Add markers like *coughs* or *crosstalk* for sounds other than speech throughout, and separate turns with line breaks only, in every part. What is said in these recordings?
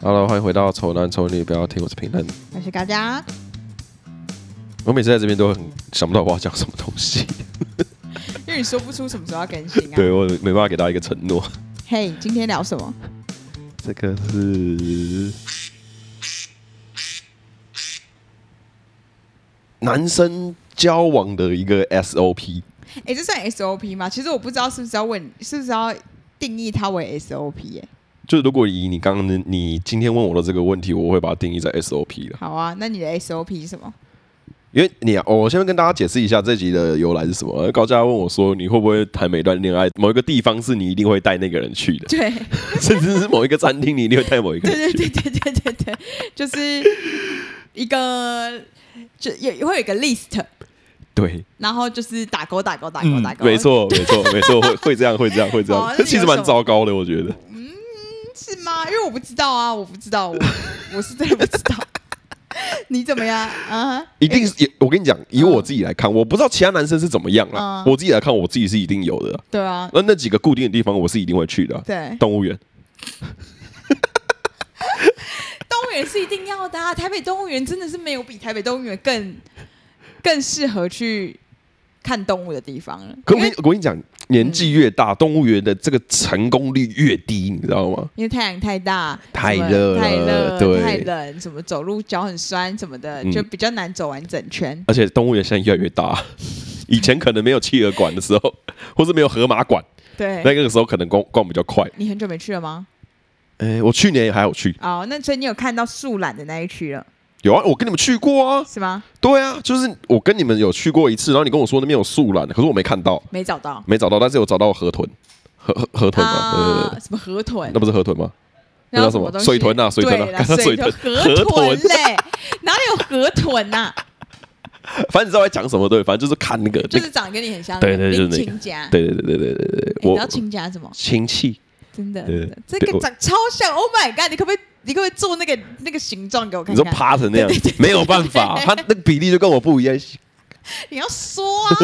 Hello，欢迎回到丑男丑女，不要听我是评论。
我是嘎嘎，
我每次在这边都很想不到我要讲什么东西， *laughs*
因为你说不出什么时候要更新啊。
对我没办法给大家一个承诺。
嘿今天聊什么？
这个是男生交往的一个 SOP，
哎、这算 SOP 吗？其实我不知道是不是要问，是不是要定义它为 SOP？耶、
就是如果以你刚刚的你今天问我的这个问题，我会把它定义在 SOP 的。
好啊，那你的 SOP 是什么？
因为你啊，我先跟大家解释一下这集的由来是什么。高嘉问我说：“你会不会谈每段恋爱？某一个地方是你一定会带那个人去的，
*laughs* 对，
*laughs* 甚至是某一个餐厅，你一定会带某一个人
对
去。
对对对对对对，就是一个就有会有一个 list，
对，
然后就是打勾打勾打勾打勾，
嗯没，错，没错，没错，会 *laughs* 会这样，会这样，会这
嗯哦
样
那。你有哎
其实蛮糟糕的，我觉得。
是吗？因为我不知道啊，我不知道，我我是真的不知
*laughs*
道。你怎么样？啊、
一定是，也我跟你讲，以我自己来看，我不知道其他男生是怎么样啦。
嗯
我自己来看，我自己是一定有的啊。
对啊，
那那几个固定的地方，我是一定会去的啊。
对，
动物园，
动物园是一定要的、啊，台北动物园真的是没有比台北动物园更更适合去看动物的地方了。
可我跟
因为嗯
你我跟你讲，年纪越大，动物园的这个成功率越低，你知道吗？
因为太阳太大，
太
什么
热了
太热，
对
太冷，什么走路脚很酸什么的，
嗯
就比较难走完整圈。
而且动物园现在越来越
*laughs*
大，以前可能没有企鹅馆的时候，或是没有河马馆，
对，
那个时候可能逛逛比较快。
你很久没去了吗？
哎、我去年也还有去，
哦，那所以你有看到树懒的那一区了，
有啊，我跟你们去过啊，
是吗？
对啊，就是我跟你们有去过一次，然后你跟我说那边有树懒，可是我没看到，
没找到
没找到，但是有找到河豚，河河河豚吗？对对对
啊，什么河豚
那，不是河豚吗？那
然后
叫什么
东西
水豚啊水豚啊
对啦
刚刚
水
水
豚，
豚
河
河
豚嘞，哪有河豚啊呐？
反正你知道我在讲什么对，反正就是看那个，
就
那
是长得跟你很像，
对对就是那个
亲家，
对对对对对对对，
哎你知道
我
亲家什么？
亲戚
真的，
对
真的这
对
个
我
长超像，Oh my god！你可不可以，你可不可以做那个那个形状给我
你
看
说
看？
趴成那样，没有办法，他那个比例就跟我不一样。
你要
*laughs*
说啊，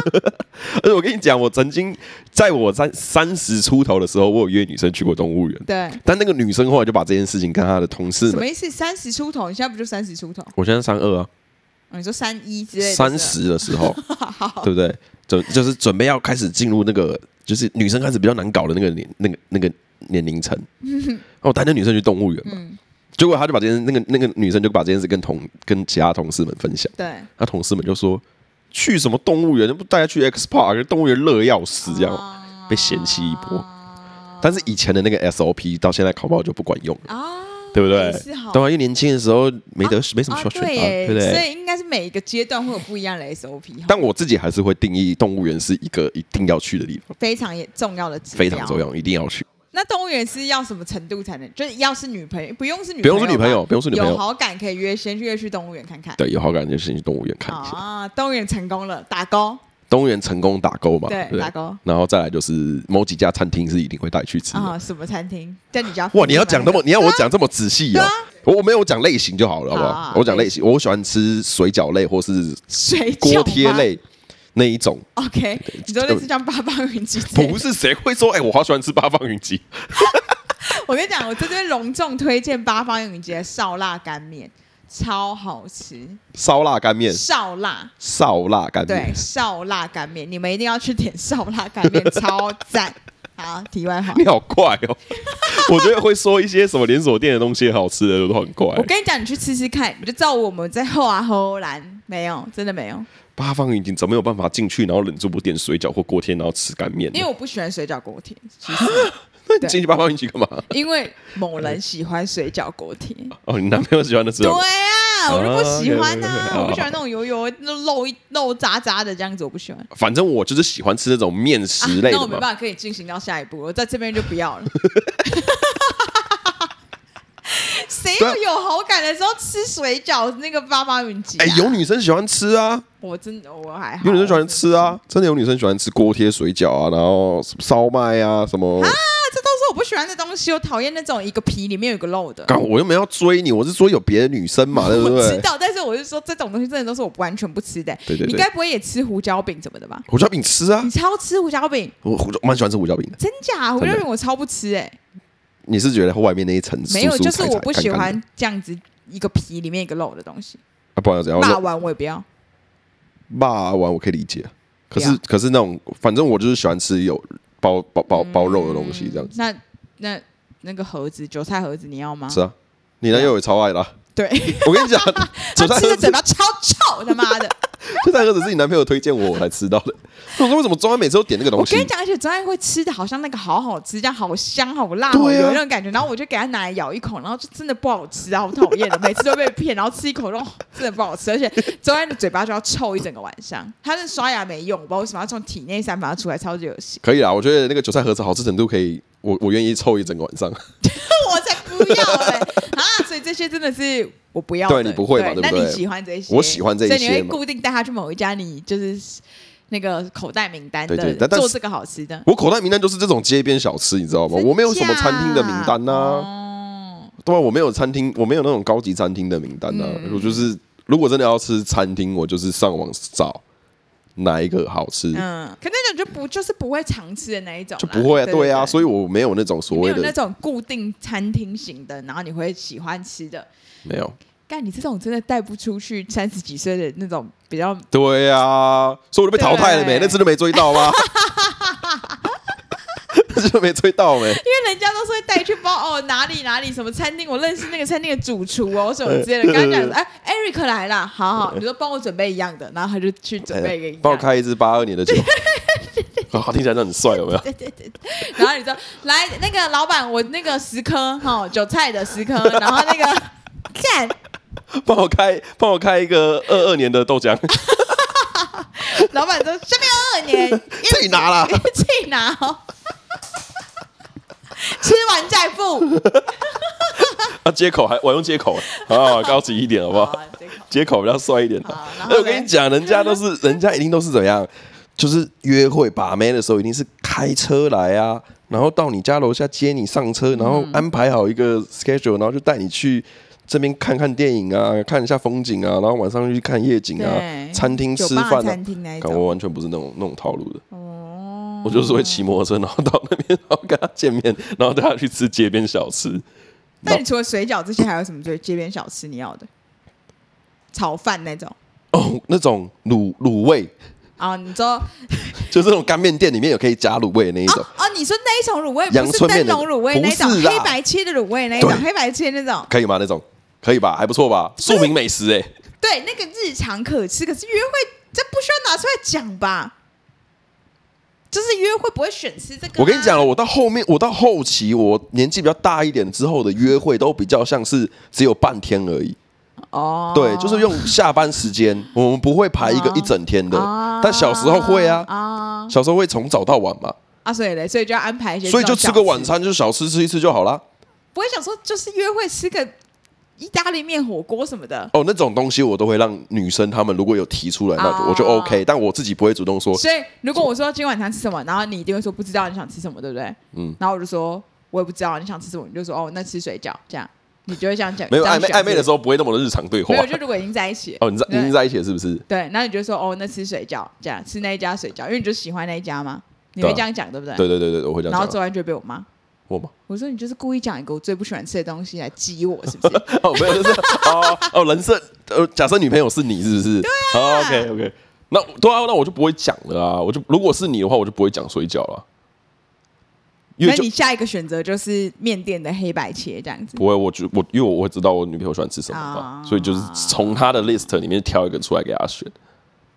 而且我跟你讲，我曾经在我三三十出头的时候，我有约女生去过动物园，
对，
但那个女生后来就把这件事情跟她的同事
什么
们，
意思？三十出头，你现在不就三十出头？
我现在三二啊，
哦你说三一之类的，
三，十的时候，
*laughs* 好，
对不对？准就是准备要开始进入那个，就是女生开始比较难搞的那个年那个那个年龄
*laughs*
层。哦，带那女生去动物园嘛，
嗯，
结果她就把这件那个那个女生就把这件事跟同跟其他同事们分享，
对，
她同事们就说去什么动物园，不带她去 X Park，动物园热要死这样。
啊
被嫌弃哦一波但是以前的那个 SOP 到现在考不好就不管用了，
啊，
对不对
也是哈？
对啊，因为年轻的时候没得没什么需
啊
要选
对
择，对
耶，
不
所
对？
以应该是每一个阶段会有不一样的 SOP 哈，
但我自己还是会定义动物园是一个一定要去的地方，
非常也重要的指标，
非常重。要，一定要去。
那动物园是要什么程度才能？就是要是女朋友，不用是女
不用是
吧
女朋友不用是女朋友
有好感可以约，先去约去动物园看看。
对，有好感就先去动物园看一下。
啊，动物园成功了，打勾，
动物园成功打勾嘛，
对
不，
打勾
然后再来就是某几家餐厅是一定会带去吃的。
啊，什么餐厅？在你家附近
哇，你要讲那么，
吗
你要我讲这么仔细
对
哦、
啊
我我没有我讲类型就好了，好不好？
好啊
我讲类型，我喜欢吃水饺类或是
水饺
锅
吗
贴类那一种，
？OK，你说类似像八方云集之类的？
不是谁会说哎、我好喜欢吃八方云集，
我跟你讲，我这边隆重推荐八方云集的烧腊干面，超好吃，
烧腊干面、
烧腊。
烧腊干
对，
面。
烧腊干面，你们一定要去点烧腊干面，超赞。好，题外话，
*laughs* 你好怪哦、我觉得会说一些什么连锁店的东西很好吃的都很怪
我。跟你讲，你去吃吃看，你就知道我们在后啊后兰没有，真的没有，
八方云集怎么有办法进去，然后忍住不点水饺或锅贴，然后吃干面呢？
因为我不喜欢水饺锅贴，其实
那你
对
进去八方云集干嘛？
因为某人喜欢水饺锅贴，
哦，你男朋友喜欢的
对
这种，
啊，我就不喜欢啊，
哦，OK，OK，OK，
我不喜欢那种油油肉一肉渣渣的这样子，我不喜欢。啊
反正我就是喜欢吃那种面食类
那
的
我没
嘛。
办法跟你进行到下一步，我在这边就不
*laughs*
要了。谁
对啊
要有好感的时候吃水饺？那个八八云集、啊，
哎、有女生喜欢吃啊，
我真的我还好，
有女生喜欢吃啊，真的有女生喜欢吃锅贴、水饺啊，然后烧麦啊什么。
啊，这都是我不喜欢的东西，我讨厌那种一个皮里面有个肉的。
刚我又没有要追你，我是说有别的女生嘛，对不
我知
对？
道，但是我是说这种东西真的都是我完全不吃的。
对对对
你该不会也吃胡椒饼什么的吧？
胡椒饼吃啊
你，超吃胡椒饼，
我胡椒蛮喜欢吃胡椒饼的。
真假？胡椒饼我超不吃哎、
你是觉得外面那一层酥酥
没有，就是
柴柴
我不喜
干干的
欢这样子一个皮里面一个肉的东西。
啊，不然怎样？
霸
肉
王我也不要，
霸王我可以理解，可是
Yeah
可是那种反正我就是喜欢吃有包包包包肉的东
嗯
西，这样子、
那那那个盒子韭菜盒子你要吗？
是啊。你男友也超爱的啊、
对，
*laughs* 我跟你讲，韭
*laughs* 他
菜
吃
盒
的
子
嘴，巴超臭，他妈的！
韭菜盒子是你男朋友推荐我我才吃到的。我说为什么中安每次都点那个
我
*laughs* 东西
跟你？讲，而且昨天会吃的好像那个好好吃，这样好香好辣，
对啊
好油那种感觉。然后我就给他拿来咬一口，然后就真的不好吃啊，好讨厌的，每次都被
*laughs*
骗，然后吃一口，哦，真的不好吃，而且昨天的嘴巴就要臭一整个晚上。他是刷牙没用，我不知道为什么要从体内散发出来，超级恶心。
可以啦，我觉得那个韭菜盒子好吃程度可以，我我愿意凑一整个晚上。
我才不要嘞、 *laughs* 啊！所以这些真的是我不要的。
对你不会嘛对不
那
对
你喜欢这些？
我喜欢这一些嘛
所以你会固定带他去某一家，你就是那个口袋名单的，
对对但但是
做这个好吃的。
我口袋名单就是这种街边小吃，你知道吗？
真假
我没有什么餐厅的名单呐、啊
哦
对啊，我没有餐厅，我没有那种高级餐厅的名单啊。
嗯
我就是如果真的要吃餐厅，我就是上网找哪一个好吃，
嗯，可那种就不就是不会常吃的那一种啦，
就不会啊。对啊，所
以
以我没有那种所
没
谓
有那
的
种固定餐厅型的，然后你会喜欢吃的。
没有。
干，你这种真的带不出去三十几岁的那种比较
对啊，所以我就被淘汰了没？
对
那次就没追到
*laughs*
吗？那次就没追到没？
因为人家都是会带去包哦，哪里哪里什么餐厅，我认识那个餐厅的主厨哦，什么之
*laughs*
类的。跟他讲，哎，Eric 来了，好好，你说帮我准备一样的，然后他就去准备一个一
嗯哎帮我
样的。
开一支八二年
*laughs*
的酒，啊，听起来就很帅，有没有？
对对对，然后你说来那个老板，我那个十颗哈、哦、韭菜的十颗，然后那个 *laughs* 干
帮我开，帮我开一个二二年的豆
*laughs* 啊
浆，
老板说下面二年
*laughs* 自己拿啦。
*laughs* 自己拿哦， *laughs* 吃完再付。
啊，接口还我用接口啊，高级一点好不
好
好？
啊这个
接口比较帅一点的
好然。后
哎，我
嘞
跟你讲，人家都
*laughs*
是，人家一定都是怎样，就是约会把妹的时候，一定是开车来啊，然后到你家楼下接你上
嗯
车，然后安排好一个 schedule，然后就带你去。这边看看电影啊，看一下风景啊，然后晚上去看夜景啊
对，
餐厅
酒
吃
吧
饭啊
餐，厅那一
感
种。
我完全不是那种那种套路的，
哦
我就是会骑摩托车，然后到那边，然后跟他见面， *laughs* 然后带他去吃街边小吃。
那你除了水饺这些，还有什么最街边小吃你要的？炒饭那种
哦，那种卤卤味，
啊？你说
就是那种干面店里面有可以加卤味的那一种
哦。哦，你说那一种卤味
阳
不是
春面
灯
的
笼卤味那一种，
不是啦
黑白切的卤味那一种，
对
黑白切那种，
可以吗？那种可以吧，还不错吧，庶民美食哎、
嗯对，啊那个日常可吃，可是约会这不需要拿出来讲吧？就是约会不会选吃这个啊、
我跟你讲了，我到后面，我到后期，我年纪比较大一点之后的约会，都比较像是只有半天而已。
哦，
对，就是用下班时间，我们不会排一个一整天的。
啊
但小时候会啊，
啊
小时候会从早到晚嘛，
啊，所以嘞，所以就要安排一些，
所以就吃个晚，餐，就是小吃吃一次就好啦。
不会想说就是约会吃个意大利面火锅什么的，
哦，那种东西我都会让女生她们如果有提出来，那
啊
我就 OK，但我自己不会主动说。
所以如果我说今晚餐吃什么，然后你一定会说不知道你想吃什么，对不对？
嗯
嗯，然后我就说我也不知道你想吃什么，你就说哦那吃水饺这样，你就会这样讲。
没有暧昧暧昧的时
候，
候不会那么的日常对话
没。有就如果已经在一起了，
哦，你在
对
已经在一起了是不是？
对，那你就说哦那吃水饺这样，吃那一家水饺，因为你就喜欢那一家嘛，你
对
会
啊
这样讲对不对？
对对对对，我会这样
然后
讲
昨晚就被我骂，
我吗？
我说你就是故意讲一个我最不喜欢吃的东西来激我，是不是？
哦，没有，就是哦哦，人设呃，假设女朋友是你，是不是？对啊。OK OK，那对啊，那我就不会讲了啊。我就如果是你的话，我就不会讲水饺了， *laughs* 因
那
为就
你下一个选择就是面店的黑白切这样子。
不会，我就我因为我会知道我女朋友喜欢吃什么嘛，
啊
所以就是从她的 list 里面挑一个出来给她选。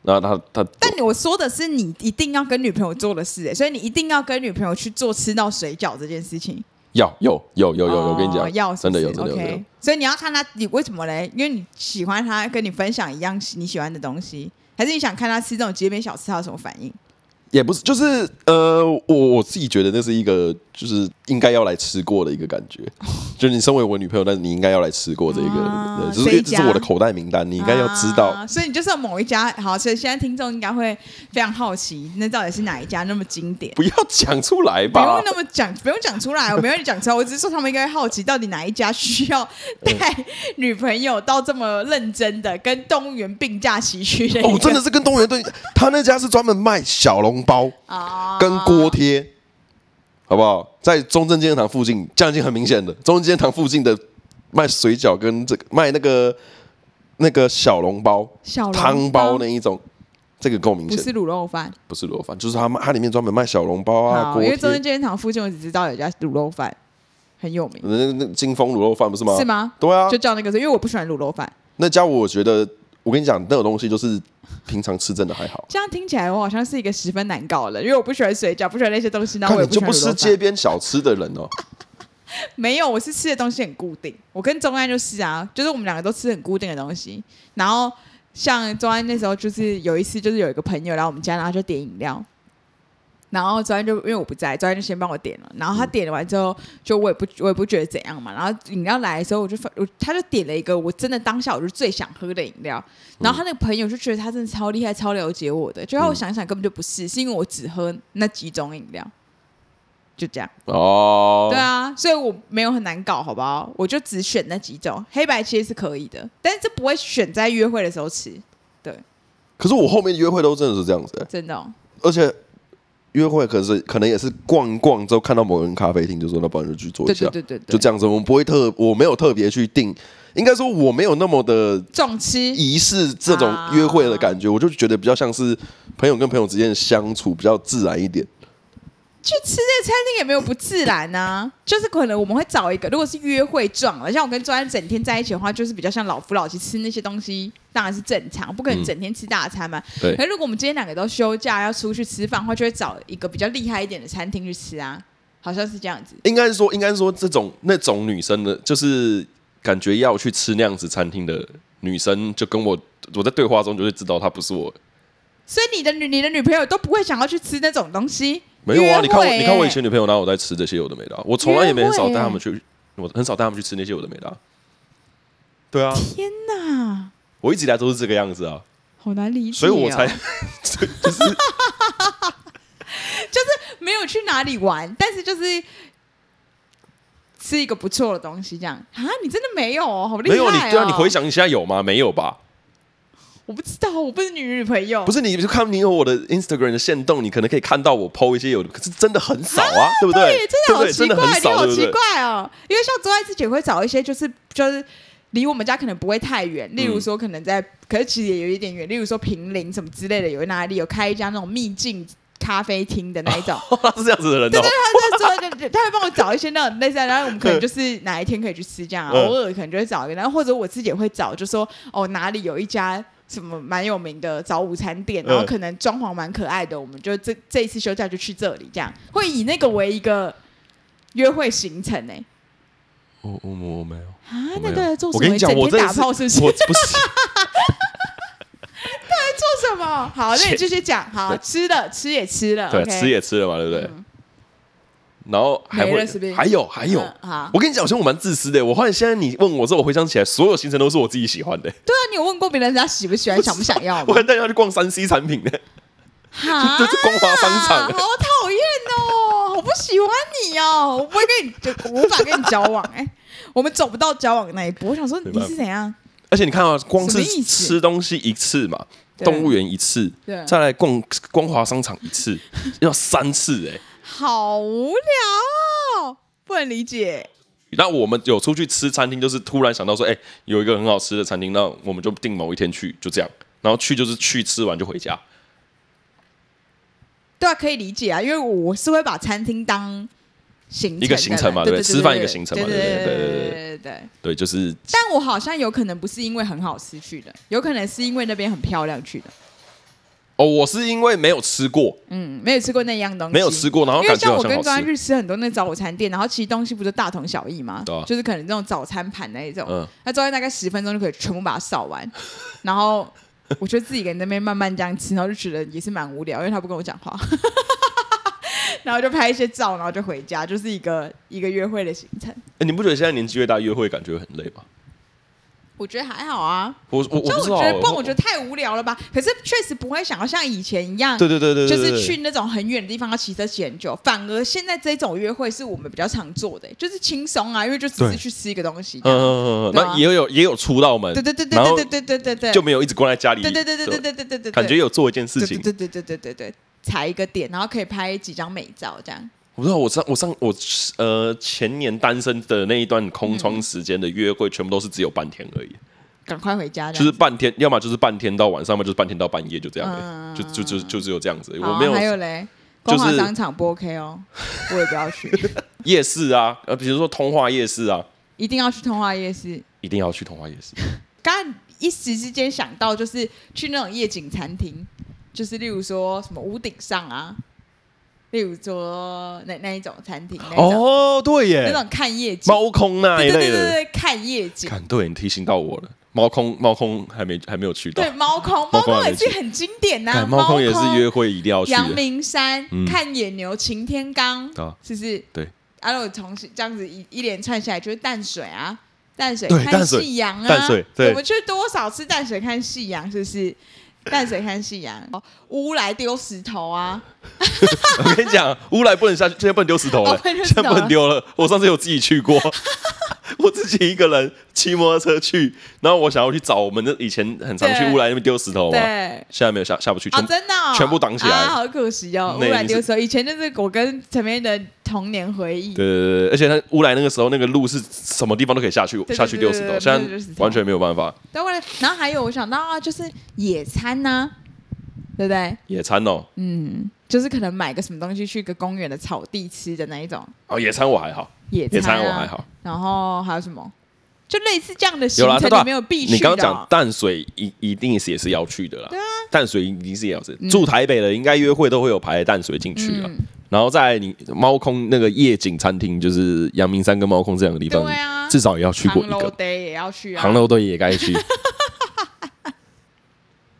然后她她
但你我说的是你一定要跟女朋友做的事、欸，所以你一定要跟女朋友去做吃到水饺这件事情。
要有有有有有，
哦
我跟你讲，
要是
真
不
的
是
有真的有真的
OK，
有。
所以你要看他，你为什么嘞？因为你喜欢他，跟你分享一样你喜欢的东西，还是你想看他吃这种街边小吃，他有什么反应？
也不是，就是呃，我我自己觉得那是一个，就是应该要来吃过的一个感
*laughs*
觉。就你身为我女朋友，但是你应该要来吃过这一个，
啊
对，就是
这一
因为这是我的
家
口袋名单，你应该要知道。
啊所以你就是某一家好，所以现在听众应该会非常好奇，那到底是哪一家那么经典？
不要讲出来
不用
吧。
那么讲，不用讲出来，我没有你讲出来，我只是说他们应该好奇，到底哪一家需要带女朋友到这么认真的跟动物园并驾齐驱的一个？
哦，真的是跟动物园对，他那家是专门卖小笼包
啊
跟锅贴，好不好？在中正纪念堂附近，这样已经很明显的。中正纪念堂附近的卖水饺跟这个卖那个那个小笼包、
小笼
汤包那一种，这个够明
不
显，
是卤肉饭，
不是螺饭，就是他们它里面专门卖小笼包啊、
好，
锅
因
贴
为中间，纪念堂附近我只知道有一家卤肉饭很有名，
那那金丰卤肉饭不是吗？
是？吗？
对啊
就，叫那个，因为我不喜欢卤肉饭。
那家我觉得，我跟你讲，那种东西就是平常吃真的还好。
这样听起来，我好像是一个十分难搞的人，因为我不喜欢水饺，不喜欢那些东西，那
看
我也
你就
喜欢
不
卤
吃
肉
街
饭。
边小吃的人哦，
*laughs* 没有，我是吃的东西很固定。我跟钟安就是啊，就是我们两个都吃很固定的东西。然后像钟安那时候，就是有一次，就是有一个朋友来我们家，然后就点饮料。然后周安就因为我不在，周安就先帮我点了。然后他点完之后，就我也不我也不觉得怎样嘛。然后饮料来的时候，我就发我他就点了一个我真的当下我就最想喝的饮料。然后他那个朋友就觉得他真的超厉害、超了解我的。就让我想想根本就不是，是因为我只喝那几种饮料，就这样。
哦，
*laughs* 对，啊，所以我没有很难搞，好不好？我就只选那几种，黑白切是可以的，但是这不会选在约会的时候吃，
可是我后面约会都真的是这样子、欸，
真的、哦。
而且约会可是可能也是逛一逛之后看到某人咖啡厅，就说那不然就去坐
对
一
对
下，
对对对，
就这样子。我们不会特，我没有特别去定，应该说我没有那么的
重吃
仪式这种
啊
约会的感觉，我就觉得比较像是朋友跟朋友之间的相处比较自然一点。
去吃这餐厅也没有不自
*laughs*
然啊，就是可能我们会找一个，如果是约会状啊了，像我跟周安整天在一起的话，就是比较像老夫老妻吃那些东西，当然是正常，不可能整天吃大餐嘛。
嗯对
可是如果我们今天两个都休假要出去吃饭的话，就会找一个比较厉害一点的餐厅去吃啊，好像是这样子。
应该是说，应该是说这种那种女生的，就是感觉要去吃那样子餐厅的女生，就跟我我在对话中就会知道她不是我。
所以你的女你的女朋友都不会想要去吃那种东西，
没有啊，
约会
你看我，
欸
你看我以前女朋友哪有在吃这些有的没的啊、我从来也没很少
约会欸
带他们去，我很少带他们去吃那些有的没的啊、对啊，
天哪，
我一直以来都是这个样子啊，
好难理解、哦，
所以我才
哦
*laughs* 就是
没有去哪里玩，但是就是吃一个不错的东西，这样啊？你真的没有哦，好厉害、哦！
没有你对啊，你回，想一下有吗？没有吧？
我不知道，我不是你女朋友，
不
是
是你就看你有我的 Instagram 的线动，你可能可以看到我 PO 一些有的，可是真的很少
*laughs*
啊，对不对？对
真
不
的好
对？
奇
真的
怪，
很
你
少，
好
对不
奇
对？
怪哦，因为像周爱之姐会找一些就是就是离我们家可能不会太
嗯
远，例如说可能在，可是其实也有一点远，例如说平林什么之类的，有哪里有开一家那种秘境咖啡厅的那一种。
他 *laughs* 是这样子的人哦，
*laughs* 他说就就他会帮我找一些那种类似的，然后我们可能就是哪一天可以去吃这样啊，
嗯
偶尔可能就会找一个，然后或者我自己也会找，就说哦哪里有一家。什么蛮有名的早午餐店，
嗯
然后可能装潢蛮可爱的，我们就这这一次休假就去这里，这样会以那个为一个约会行程呢、
我我我没有。
啊
我，没
那
有
到底在做什
我
么？
跟你讲，
整
我
天
真的
打炮是不是？
我不
*laughs*
是，
做什么？好，那你继续讲。好，
对
吃的吃也吃了，
对，
OK 嗯
吃也吃了嘛，对不对？然后还
没
会
了是不是
还有还有，
嗯好。
我跟你讲，我觉得我蛮自私的。我发现现在你问我之后，我回想起来，所有行程都是我自己喜欢的。
对啊，你有问过别人家喜不喜欢、想不想要
*laughs* 我
吗
还？带他去逛三 C 产品呢，
哈
这是光华商场
啊好讨厌哦，我不喜欢你哦，我不会跟你，就我无法跟你交往哎、我们走不到交往那一步。我想说
没
你
办法
是怎样？
而且你看啊，光是
什么意思
吃东西一次嘛，
对
动物园一次
对，
再来逛光华商场一次，要三次哎、
好无聊哦，不能理解。
那我们有出去吃餐厅，就是突然想到说，哎、有一个很好吃的餐厅，那我们就定某一天去，就这样。然后去就是去吃完就回家，
对啊，可以理解啊，因为我是会把餐厅当行程的
一个行程嘛
对
对
对，
不对吃饭一个行程嘛
对
对
对
对对
对
对
对对。
对，就是
但我好像有可能不是因为很好吃去的，有可能是因为那边很漂亮去的。
哦，我是因为没有吃过，
嗯，没有吃过那样东西，
没有吃过，然后
因为
感觉
像
好
我
像
跟
好
庄
吃，
日吃很多那早餐店，然后其实东西不是大同小异嘛，
对啊
就是可能那种早餐盘那一种，
嗯
那中间大概十分钟就可以全部把它扫完，然后我就自己跟那边慢慢这样吃，然后就觉得也是蛮无聊，因为他不跟我讲话， *laughs* 然后就拍一些照，然后就回家，就是一个一个约会的行程，
哎、你不觉得现在年纪越大，约会感觉很累吗？
我觉得还好啊，
我我我
就
不知道
觉
欸，
得不然我觉得太无聊了吧，可是确实不会想要像以前一样，
对对对对，
就
对
是去，那种很远的地方要骑车骑很久，反而现在这种约会是我们比较常做的、就是轻松啊，因为就只
对
是去吃一个东西
对。嗯嗯嗯嗯，
对啊
那也有也有出到门，
对对对
然
对
后
对对对对对，
就没有一直关在家里，
对对对对对对对对对，
感觉有做一件事
对
情，
对对对对对对对，踩一个点，然后可以拍几张美照这样。
我知道我上我上我呃前年单身的那一段空窗时间的约会，全部都是只有半天而
嗯
已，
赶快回家这
就
样
是
子。
半天，要么就是半天到晚上，要么就是半天到半夜，就这样、
嗯
就就就就只有这样子而已。
好
我没
哦还有
有
嘞，
就
光华
是
商场不 OK 哦，我也不
*laughs*
要去，
夜市啊，呃，比如说通化夜市啊，
一定要去通化夜市。
一定要去通化夜市。啊
刚刚一时之间想到，就是去那种夜景餐厅，就是例如说什么屋顶上啊，例如说那那一种餐厅， *laughs* 那种、
哦，对
那
耶，
种看夜景，
猫空那一
对对
类
对对
的，
对，看夜景。
看，对你提醒到我了，猫空猫空还没还没有去到
对，猫空，
猫
猫
空
空
还
也
没
是
去
很经典呐、
看
猫
猫空也是约会一定要去
阳
的，
明山、
嗯
看野牛、擎天岗，
啊
是不是？
对。
然后我从这样子一一连串下来，就是淡水啊，淡水
对
看
淡水
夕阳啊，
淡水对
我们去多少次淡水看夕阳，是
*laughs*
不是？淡水看夕阳，哦乌来丢石头啊，
我跟你讲，乌来不能下去，现在不能丢石头了，
哦不能丢石
现
头
在不能丢了。我上次有自己去过，我自己一个人骑摩托车去，然后我想要去找我们的以前很常去
对
乌来那边丢石头嘛，
对。
现在没有下下不去，
啊、
全部、
真的哦、
全部挡起来
啊，好可惜哦！乌
那
来
你是
丢石头，以前就是我跟陈明的童年回忆。
对对对对，而且那乌来那个时候那个路是什么地方都可以下去
对
下去丢石头，
对对对
现
不能丢石
在
头
完全没有办法。
对，后来，然后还有我想到啊，就是野餐呐、对不对？
野餐哦，
嗯，就是可能买个什么东西去一个公园的草地吃的那一种
哦野餐我还好，
野
野
餐、啊
餐我还。好。
然后还有什么？就类似这样的行
有啦，他
程，
对
你
吧
没有必
你
去的
刚
哦、
刚讲淡水一一定是也是要去的啦，
对啊，
淡水一定是也要去。住台北的应该约会都会有排淡水进去了，
嗯
然后在你猫空那个夜景餐厅，就是阳明山跟猫空这两个地方，
对啊
至少也要去过一
航楼
个。
day 也要去啊，
航楼队也该
*laughs*
去。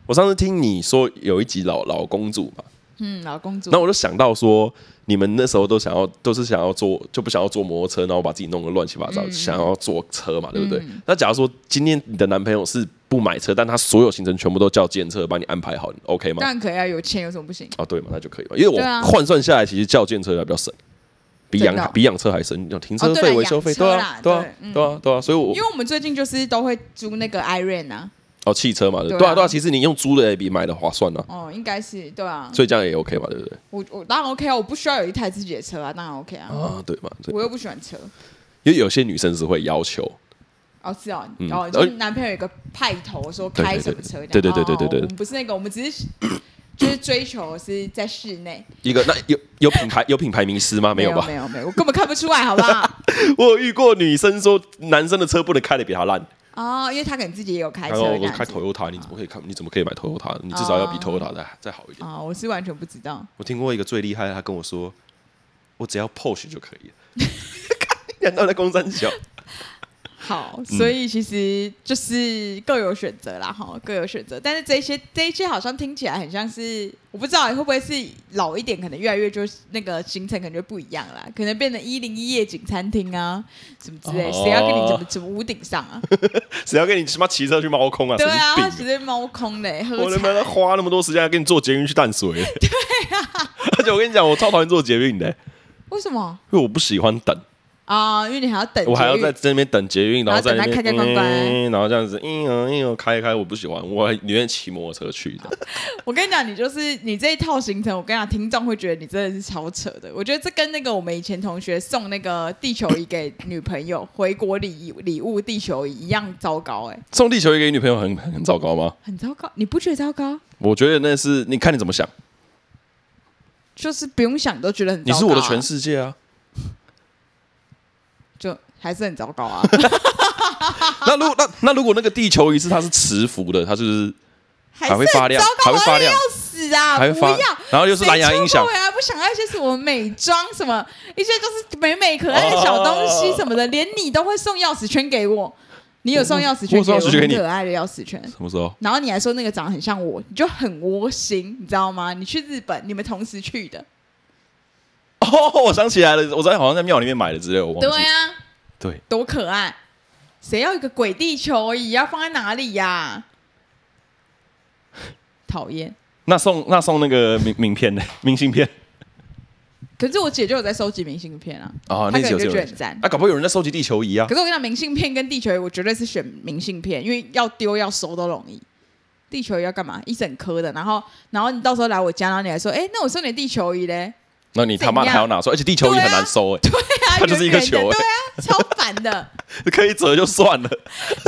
我上次听你说有一集老老公主嘛，
嗯，老公主
那我就想到说，你们那时候都想要，都是想要坐，就不想要坐摩托车，然后把自己弄得乱七八糟，
嗯
想要坐车嘛，对不对？那假如说今天你的男朋友是不买车，但他所有行程全部都叫建车帮你安排好你，OK
当
吗？
然可以啊，有钱有什么不行？
哦，对嘛，那就可以嘛，因为我
对啊
换算下来，其实叫建车还比较省，比养、
真的哦
比养车还省，有停车
哦对啦
费、维修费，
养车
对啊
啦，
对啊
对，嗯
对啊，对啊，所以我
因为我们最近就是都会租那个 Iron 啊，
哦，汽车嘛，对
对啊
对啊，对啊，其实你用租的也比买的划算啊，
哦，应该是对啊，
所以这样也 OK 嘛，对不对？
我我当然 OK 啊，我不需要有一台自己的车啊，当然 OK 啊，
啊，对嘛，对，
我又不喜欢车。
因为有些女生是会要求，
哦，是哦，
嗯
哦，
而
就是男朋友有个派头说
对对
开
对
什么车这样，
对对对对
哦
对对
我们不是那个，我们只是 *coughs* 就是追求是在室内，
一个那有有品牌有品牌迷失吗？没有吧？
没有没有，我根本看不出来，好
*laughs*
不好？
我有遇过女生说男生的车不能开的比他烂，
哦，因为他可能自己也有开
然
车
后
这
我
样
开
子，
Toyota，你怎么可以看？你怎么可以买 Toyota？你至少要比 Toyota 再再好一点。
哦，我是完全不知道，
我听过一个最厉害的，他跟我说，我只要 Porsche 就可以了。 *laughs* 看到在公山小，
好，
嗯
所以其实就是各有选择啦，哈，各有选择。但是这一些这一些好像听起来很像是，我不知道会不会是老一点，可能越来越就是那个行程感觉不一样啦，可能变成一零一夜景餐厅啊，什么之类，
哦
谁要跟你怎么怎么屋顶上啊？
谁要跟你他妈骑车去猫空啊？
对啊，他
神经
直
病！
接猫空嘞，喝
我他妈
茶
的花那么多时间跟你坐捷运去淡
*laughs*
水。对啊， *laughs* 而且我跟你讲，我超讨厌坐捷运的，因
为什么
为我不喜欢等。
啊？因为你还要等捷运，
我还要在这边等捷运，然后在那边
然后等它开开关关
嗯然后这样子，嗯嗯嗯，开一开，我不喜欢，我宁愿骑摩托车去的。
*laughs* 我跟你讲，你就是你这一套行程，我跟你讲，听众会觉得你真的是超扯的。我觉得这跟那个我们以前同学送那个地球仪给女朋友回国礼礼物地球仪一样糟糕、哎，
送地球仪给女朋友很很很糟糕吗？
很糟糕，你不觉得糟糕？
我觉得那是你看你怎么想，
就是不用想都觉得很糟
你
糕、
是我的全，世界啊。
就还是很糟糕啊。
那如果那那如果那个地球仪是它是磁浮的，它就是
还是
会
很
发亮
糟糕
*laughs* 还会发亮
我要死啊！
还会
不
发
要，
然后又是蓝牙音响
对啊，不想要一些什么美妆什么，一些就是美美可爱的小东西什么的，连你都会送钥匙圈给我。你有送钥匙圈
我
给
送钥匙圈给
很
你
可爱的钥匙圈。
什么时候？
然后你还说那个长得很像我，你就很窝心，你知道吗？你去日本，你们同时去的，
哦，我想起来了，我在好像在庙里面买的之类，我忘记。
对啊，
对
多可爱！谁要一个鬼地球仪要放在哪里呀、讨厌！
那送那送那个名名片的 *laughs* 明信片
可是我姐就有在收集明信片啊，
啊，
她
那
可
集有
能
这种
就觉得
人
很赞。
啊，搞不好有人在收集地球仪啊
嗯可。是我跟你讲，明信片跟地球仪，我绝对是选明信片，因为要丢要收都容易。地球仪要干嘛？一整颗的，然后然后你到时候来我家，然后你还说，哎、那我送你地球仪嘞，
那你他妈的
怎样
还要拿出来，而且地球仪很难收哎、
*laughs* 对啊，
它就是一个球
圆圆的
欸
对啊，超烦
*laughs*
的。
可以折就算了，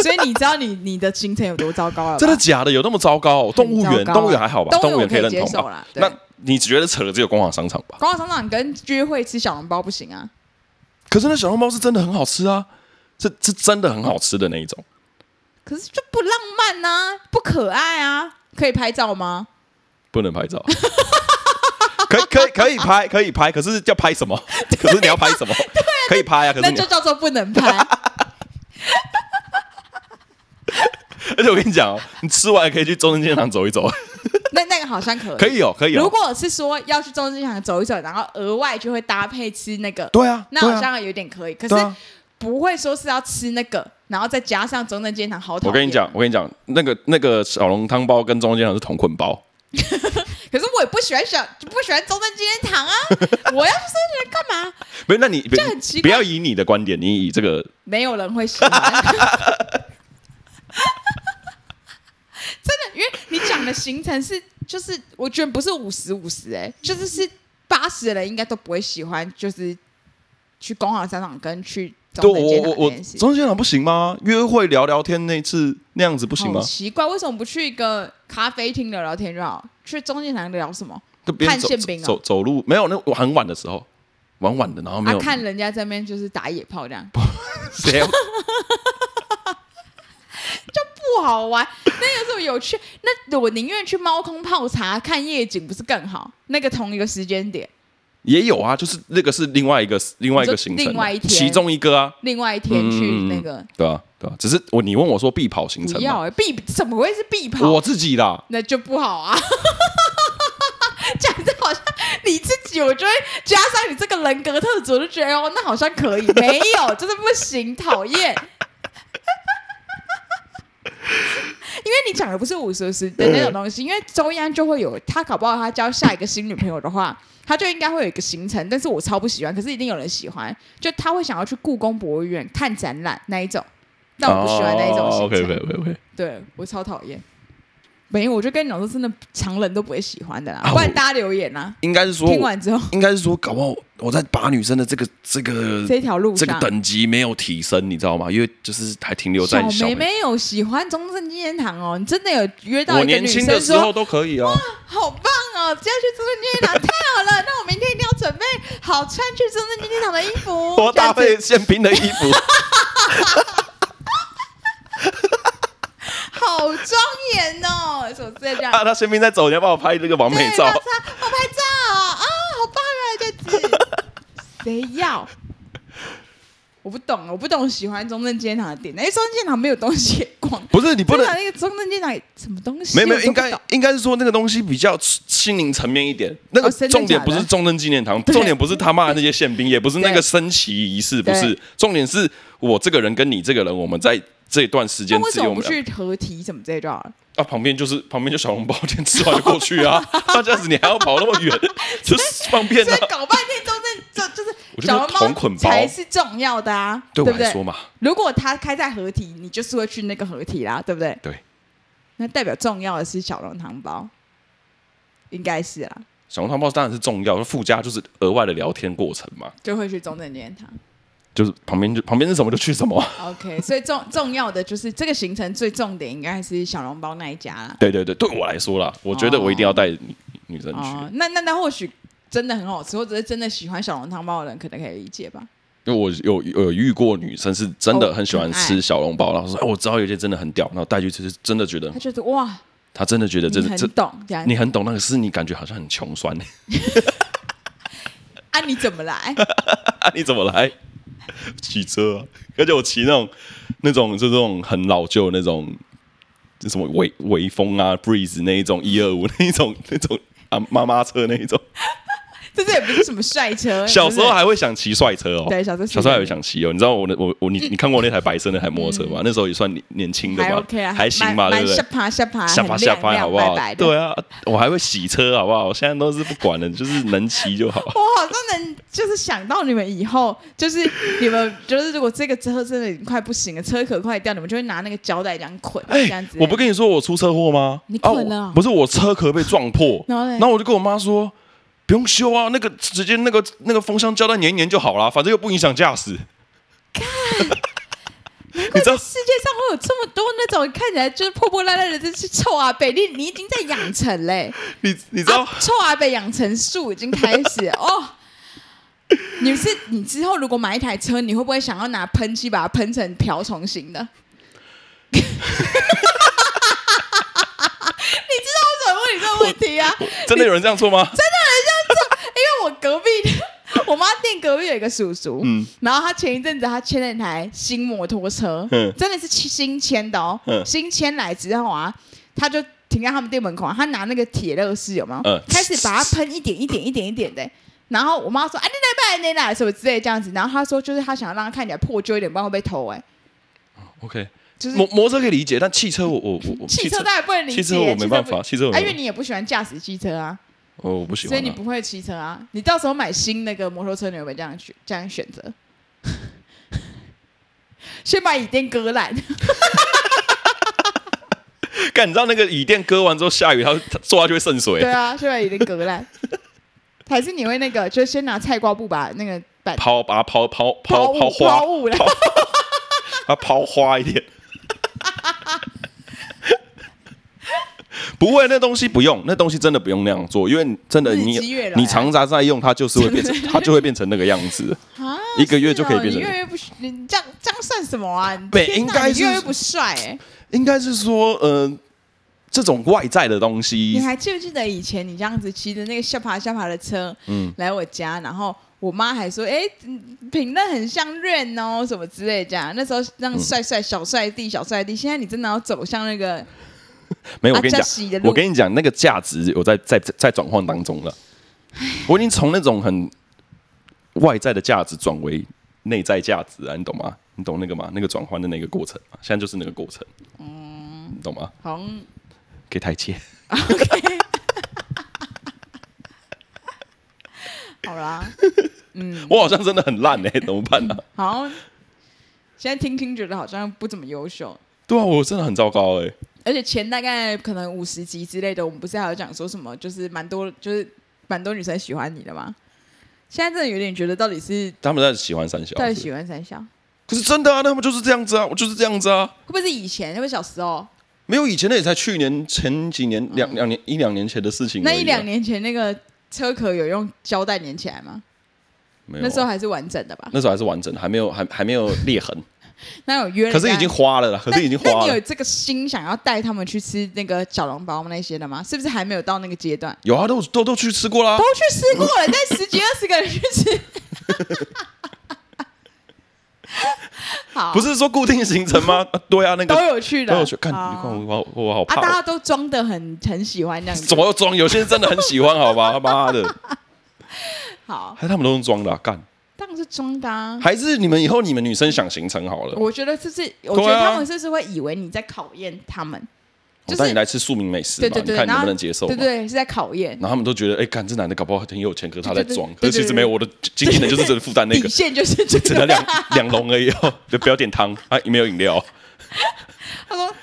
所以你知道你你的行程有多糟糕了吧？
真的假的？有那么糟糕、哦？动物园，
很糟糕啊
动物园还好吧？
动
动
物
物园
园
可以认
接
同
受
吧？
啦。对
那你觉得扯的只有光华商场吧？
广场商场跟约会吃小笼包不行啊，
可是那小笼包是真的很好吃啊，是是真的很好吃的那一种。
可是就不浪漫呐、不可爱啊，可以拍照吗？
不能拍照。 *laughs* 可以可以可以拍可以拍，可是要拍什
*laughs*
么？可是你要拍什么？可以拍啊，可
那
是你
就，叫做不
*laughs*
能拍。
而且我跟你讲哦，你吃完可以去中正纪念堂走一
*laughs*
走，
那那个好像可以。
可以哦，可以
如
哦。
果是说要去中正场走一走，然后额外就会搭配吃那个，
对啊，
那
对
好
啊，
像有点可以。可
对
是
啊。
不会说是要吃那个，然后再加上中正健堂好讨厌。
我跟你讲，，我跟你讲，那个那个小笼汤包跟中正纪念堂是同捆包，
可是我也不喜欢小，不喜欢中正纪念堂啊！ *laughs* 我要去中正纪念堂干嘛？
不是？那你
这很奇
不
怪
要以你的观点，你以这个
没有人会喜欢。 *laughs* 真的，因为你讲的行程是，就是我觉得不是五十五十，哎，就是是八十的人应该都不会喜欢，就是去公好商场跟去
对
中
我
正街
我
堂
我
这
我
件事
中正纪念堂不行吗？约会聊聊天那次那样子不行吗
好？奇怪，为什么不去一个咖啡厅聊聊天就好？去中间堂聊什么？
就边走
看宪兵啊
走走路没有？那我很晚的时候，晚晚的，然后没
啊，
有
看人家这边就是打野炮这样，
*laughs* 谁
不好玩。那有什么有趣？那我宁愿去猫空泡茶看夜景，不是更好？那个同一个时间点。
也有啊，就是那个是另外一个另外一个行程啊，
另外一天
其中一个啊，
另外一天去那个，
对啊，对啊，只是我你问我说必跑行
不
程
要
吗？
哎、必怎么会是必跑？
嗯我自己啦，
那就不好啊！讲的好像你自己，我就会加上你这个人格特质，我就觉得哦，那好像可以，没有，就是不行，讨厌。因为你讲的不是五十十的那种东西，因为周一安就会有他搞不好他交下一个新女朋友的话，他就应该会有一个行程，但是我超不喜欢，可是一定有人喜欢，就他会想要去故宫博物院看展览那一种，但我不喜欢那一种行程。
OK OK OK，
对我超讨厌。没有，我就跟你讲说，真的常人都不会喜欢的啦，
啊
不然
我
大家留言啦。
应该是说
听，完之后，
应该是说，搞不好我在把女生的这个这个
这条
嗯
路
这个
上，
等级没有提升，你知道吗？因为就是还停留在
小
小
妹。妹有喜欢中正纪念堂哦，你真的有约到
我
一个
年
女
轻的
生
时候
说
都可以啊，
好棒哦，这样去中正纪念堂太好了，那我明天一定要准备好穿去中正纪念堂的衣服，
*laughs* 我搭
这样
配宪兵的衣
*laughs*
服，
子好庄严哦，什么之类这样。
啊，他宪兵在走，你要帮我拍这个完美
对，啊
照
大，家好拍照啊，好棒啊，这样子。谁要？我不懂，我不懂喜欢中正纪念堂的点。哎，中正纪念堂没有东西逛，
不是你不能
中正纪念堂那个中正纪念堂什么东西？
没有没有，
我都
应
不懂
该应该是说那个东西比较心灵层面一点。那个
哦真的
重点
假的
不是中正纪念堂，
*laughs* 对
重点不是他妈的那些宪兵，也不是那
对
个升旗仪式，不
对
是。重点是我这个人跟你这个人，我们在这段时间
那为
只
什
有
么
我
不
们俩
去合体什么这一段？
啊，旁边就是旁边就小笼包店，吃完就过去啊。 *laughs* 那这样子你还要跑那么
*laughs*
远，就是方便
所以
啊。
搞半天中正就就是
我就
小
跟
笼
同捆
包
包
才是重要的啊，
对我
不
来
对
说？嘛，
如果他开在合体，你就是会去那个合体啦，对不对？
对。
那代表重要的是小笼汤包，应该是啦，
小笼汤包当然是重要，附加就是额外的聊天过程嘛，
就会去中正纪念堂。
就是旁边就旁边是什么就去什么啊。
OK，所以重重要的就是这个行程最重点应该还是小笼包那一家啦。
对对对，对我来说啦，我觉得我一定要带女女生去。
哦，那那那或许真的很好吃，或者是真的喜欢小笼汤包的人，可能可以理解吧。
因为我有有有遇过女生是真的很喜欢
哦很
吃小笼包，然后说哎，我知道有些真的很屌，然后带去吃，是真的觉得
他觉得哇，
她真的觉得
你
这
很
这
懂这样
你很懂那个是你感觉好像很穷酸 *laughs*
啊？你怎么来？ *laughs*
啊，你怎么来骑车、啊？而且我骑那种那种就这种很老旧的那种，就什么微微风啊 breeze 那一种一二五那一种那种啊妈妈车那一种，
这这也不是什么帅车，
小时候
还
还会想骑帅车哦，
对小时候骑嗯
小时候还会想骑哦，你知道我那我我你你看过我那台白色那台摩托车吗？那时候也算年年轻的
还
吧，
OK 啊，
还行吧，对
蛮
不
蛮
对
下？爬下爬，
下巴下巴好不好？
对，
对啊，我还会洗车好不好？我现在都是不管了，就是能骑就
*laughs*
好。
我好像能就是想到你们以后，就是你们 *laughs* 就是如果这个车真的已经快不行了，车壳坏掉，你们就会拿那个胶带这样捆，这样子。
哎我不跟你说我出车祸吗？
你滚了哦
啊我不是我车壳被撞破
*laughs* ，然后嘞
然后我就跟我妈说。不用修啊，那个直接那个那个封箱胶带粘一粘就好了，反正又不影响驾驶。 *laughs* 你知道
世界上会有这么多那种看起来就是破破烂烂的这些臭阿北，你你已经在养成嘞、
你你知道、
啊臭阿北养成术已经开始哦。你是你之后如果买一台车，你会不会想要拿喷漆把它喷成瓢虫型的？ *laughs* 你知道为什么问你这个问题啊？
真的有人这样做吗？
因为我隔壁， *laughs* 我妈店隔壁有一个叔叔，
嗯
然后他前一阵子他签了一台新摩托车，
嗯
真的是新签的哦，
嗯
新签来之后啊，他就停在他们店门口啊，他拿那个铁乐士有没有，
嗯
开始把它喷一点一点一点一点的。然后我妈说：“哎、你来买，你来什么之类的这样子。”然后他说：“就是他想要让它看起来破旧一点，不然会被偷、哎，
OK，
就是
摩摩托车可以理解，但汽车我我我我
汽车当然不能理解，
汽
啊
车我没办法，
汽车
汽车我
不啊因为
没
你也不喜欢驾驶汽车啊，
哦我不喜
所
欢
以你
啊。
不会骑车啊。你到时候买新那个摩托车，你有没有这样选这样选择？ *laughs* 先把椅垫割烂，
干，你知道那个椅垫割完之后下雨，它它坐下就会渗水
*laughs* 对，啊，先把椅垫割烂，还是你会那个，就先拿菜瓜布把那个板
抛把它抛抛抛抛
抛物抛
花，
物了，
把它抛花一点。 *laughs* 不会，那东西不用，那东西真的不用那样做，因为真的
日
你
积月累啊
你常常在用，它就是会变成，
*laughs*
它就会变成那个样子。
啊
一个月就可以变
是
成
哦你越来越不，你这样这样算什么啊？
对
天
应
哪
该是
你越来越不帅哎、
应该是说，呃，这种外在的东
你
西，
还记不记得以前你这样子骑着那个下爬下爬的车，
嗯
来我家，然后我妈还说，哎、嗯品论很像润哦，什么之类这样。那时候让
嗯
帅帅小帅弟小帅弟，现在你真的要走向那个
没有，
阿
我跟你
加
讲，
西啊的路，
我跟你讲，那个价值我在在在在转换当中了。我已经从那种很外在的价值转为内在价值啊，你懂吗？你懂那个吗？那个转换的那个过程嘛，现在就是那个过程，嗯，你懂吗？
好像
给台阶， *laughs*
好啦，
我好像真的很烂哎、怎么办呢、啊？
好像现在听听觉得好像不怎么优秀，
对啊，我真的很糟糕哎、
而且前大概可能五十集之类的，我们不是还有讲说什么，就是蛮多就是蛮多女生喜欢你的吗？现在真的有点觉得到底是
他们在喜欢三小，
到底
是
喜欢三小，会
可是真的啊，他们就是这样子啊，我就是这样子啊。
不会是以前，会不会小时候？
没有以前那也才去年前几年两两年一两年前的事情而已啊、
嗯那一两年前那个车壳有用胶带粘起来吗？
没有啊、
那时候还是完整的吧？
那时候还是完整的，还没有还还没有裂痕，
那有约人
可
家，
是已经花了啦，可
那
是已经花
那你有
了。
这个心想要带他们去吃那个小笼包那些的吗？是不是还没有到那个阶段？
有啊，都都都去吃过啦
都。去吃过了，带十几二十个人去吃。好，
*laughs* 不是说固定行程
*laughs*
吗？啊对啊，那个
哦都有去的，
都有去看，
好
你看我我好我好
啊，大
怕
家
哦。
都装的很很喜欢这样子
怎。么又 *laughs* 装？有些人真的很喜欢，好吧？ *laughs* 妈的，
好，
还他们都是装的啊，干。
当然是装的啊。
*laughs* 还是你们以后你们女生想行程好了，
我觉得就是，我觉
对
得
啊
他们是不是会以为你在考验他们？
我
就是
带你来吃庶民美食
对
嘛，
对
你
对，
看你能
然后
不能接受嘛
对？对，是在考验
然后他们都觉得，哎，干这男的搞不好很有钱，可是他在
对对对
装，可
对对
是其实
对
没有，我的经纪人就是只能负担那
底 *laughs*
个，
线就是
*laughs*
这
只
个。
能两两笼而已哦，就不要点汤啊，没有饮
*laughs*
料。
他说。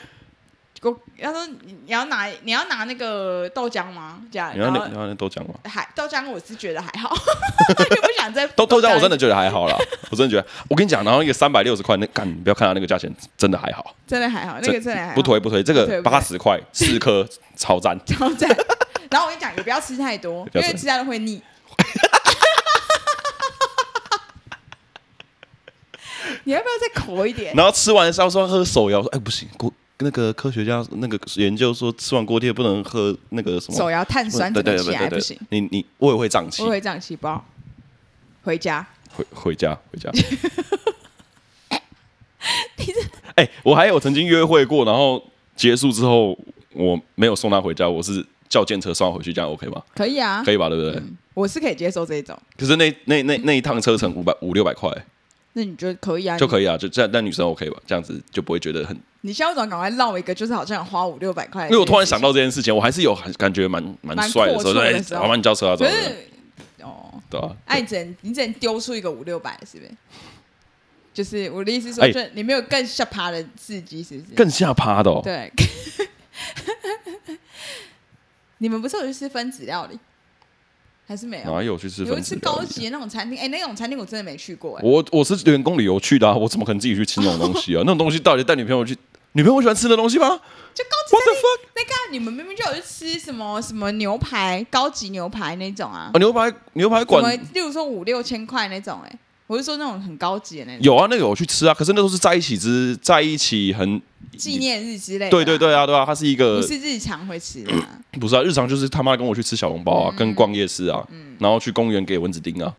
我他说你你要拿你要拿那个豆浆吗？这样，
你要
哎然
那
后
你要那豆浆吗？
还豆浆我是觉得还好， *laughs* 就不想再
*laughs* 豆豆浆我真的觉得还
*laughs*
好啦，我真的觉得，我跟你讲，然后一个三百六十块，那干你不要看到那个价钱，真的还好，
真的还好，那个真的还好
不推不推，这
不
个
推不推
八十块四颗超
*laughs*
赞，
超赞。然后我跟你讲，也不要吃太多，
不要
因
吃
为吃太多会腻。 *laughs* 你要不要再口一点？
然后吃完的时候说喝手摇，我说哎不行，锅那个科学家那个研究说吃完锅贴不能喝那个什么
手摇碳酸
对
整
对
个
对
起
对
来不
对
行
对，，你你我也会胀气
我，会胀气包。回家，
回回家回
*laughs*
家。哎、我还有曾经约会过，然后结束之后我没有送她回家，我是叫电车送她回去，这样 OK 吗？
可以啊，
可以吧？对不对？
我是可以接受这一种。
可是那那那那一趟车程五百五六百块
那你觉得可以啊？
就可以啊，就这样，但女生 OK 吧？这样子就不会觉得很，
你肖总赶快绕一个，就是好像花五六百块。
因为我突然想，到这件事情，我还是有很感觉蛮蛮
哎蛮
帅的时
阔
候，
绰
说
的
哎，
时候
麻烦你叫车啊，走
可
走走
是哦，
对啊，
哎，你只能你只能丢出一个五六百，是不是？就是我的意思是说，
哎
就你没有更下爬的刺激，是不是？
更下趴的哦。
对。啊 *laughs* 你们不是有去吃分子料理？还是没有。
哪有去吃
有
分
一
子
次
料
高
理？
级的那种餐厅，哎、那种餐厅我真的没去过、哎，
我我是员工旅游去的、啊，我怎么可能自己去吃那种东
*laughs*
西啊？那种东西到底带女朋友去？女朋友会喜欢吃那东西吗？What
就高级
the
餐厅。
fuck？
那个啊你们明明就有去吃什么什么牛排，高级牛排那种啊
啊，，牛排牛排
什
馆
么例如说五六千块那种、哎，我是说那种很高级的那种，
有啊，那个我去吃啊，可是那都是在一起之在一起很
纪。念日之类的、
对对，对啊，对啊，它是一个
不是日常会吃的、啊。
不是啊，日常就是他妈跟我去吃小笼包
嗯
啊，跟逛夜市啊，然后去公园给蚊子叮啊。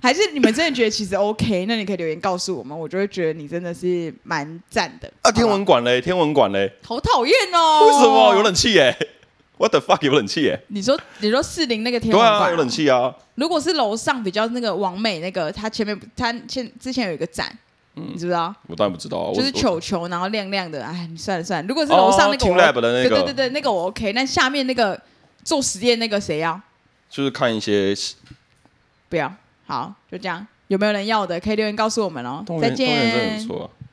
还是你们真的觉得其实 OK？那你可以留言告诉我们，我就会觉得你真的是蛮赞的
啊，天
好不
文馆嘞，天文馆嘞，
好好讨厌哦！
为什么有？冷气
*laughs*
耶？What the fuck 有冷气耶？
你说你说四零那个天
对
文
啊，
馆
有冷气啊。
如果是楼上比较那个王美那个，它前面它前之前有一个展，你知不知道？
我当然不知道嗯啊，我
就是
我
球球，然后亮亮的，哎，你算了算了。如果是楼上那个
哦
我，
，Team Lab 的那个
对对对对，那个我 OK。那下面那个做实验那个谁啊要？
就是看一些
不要。好，就这样。有没有人要的？可以留言告诉我们哦哦
动物。
再
园，动物园真的
见
很不。错啊。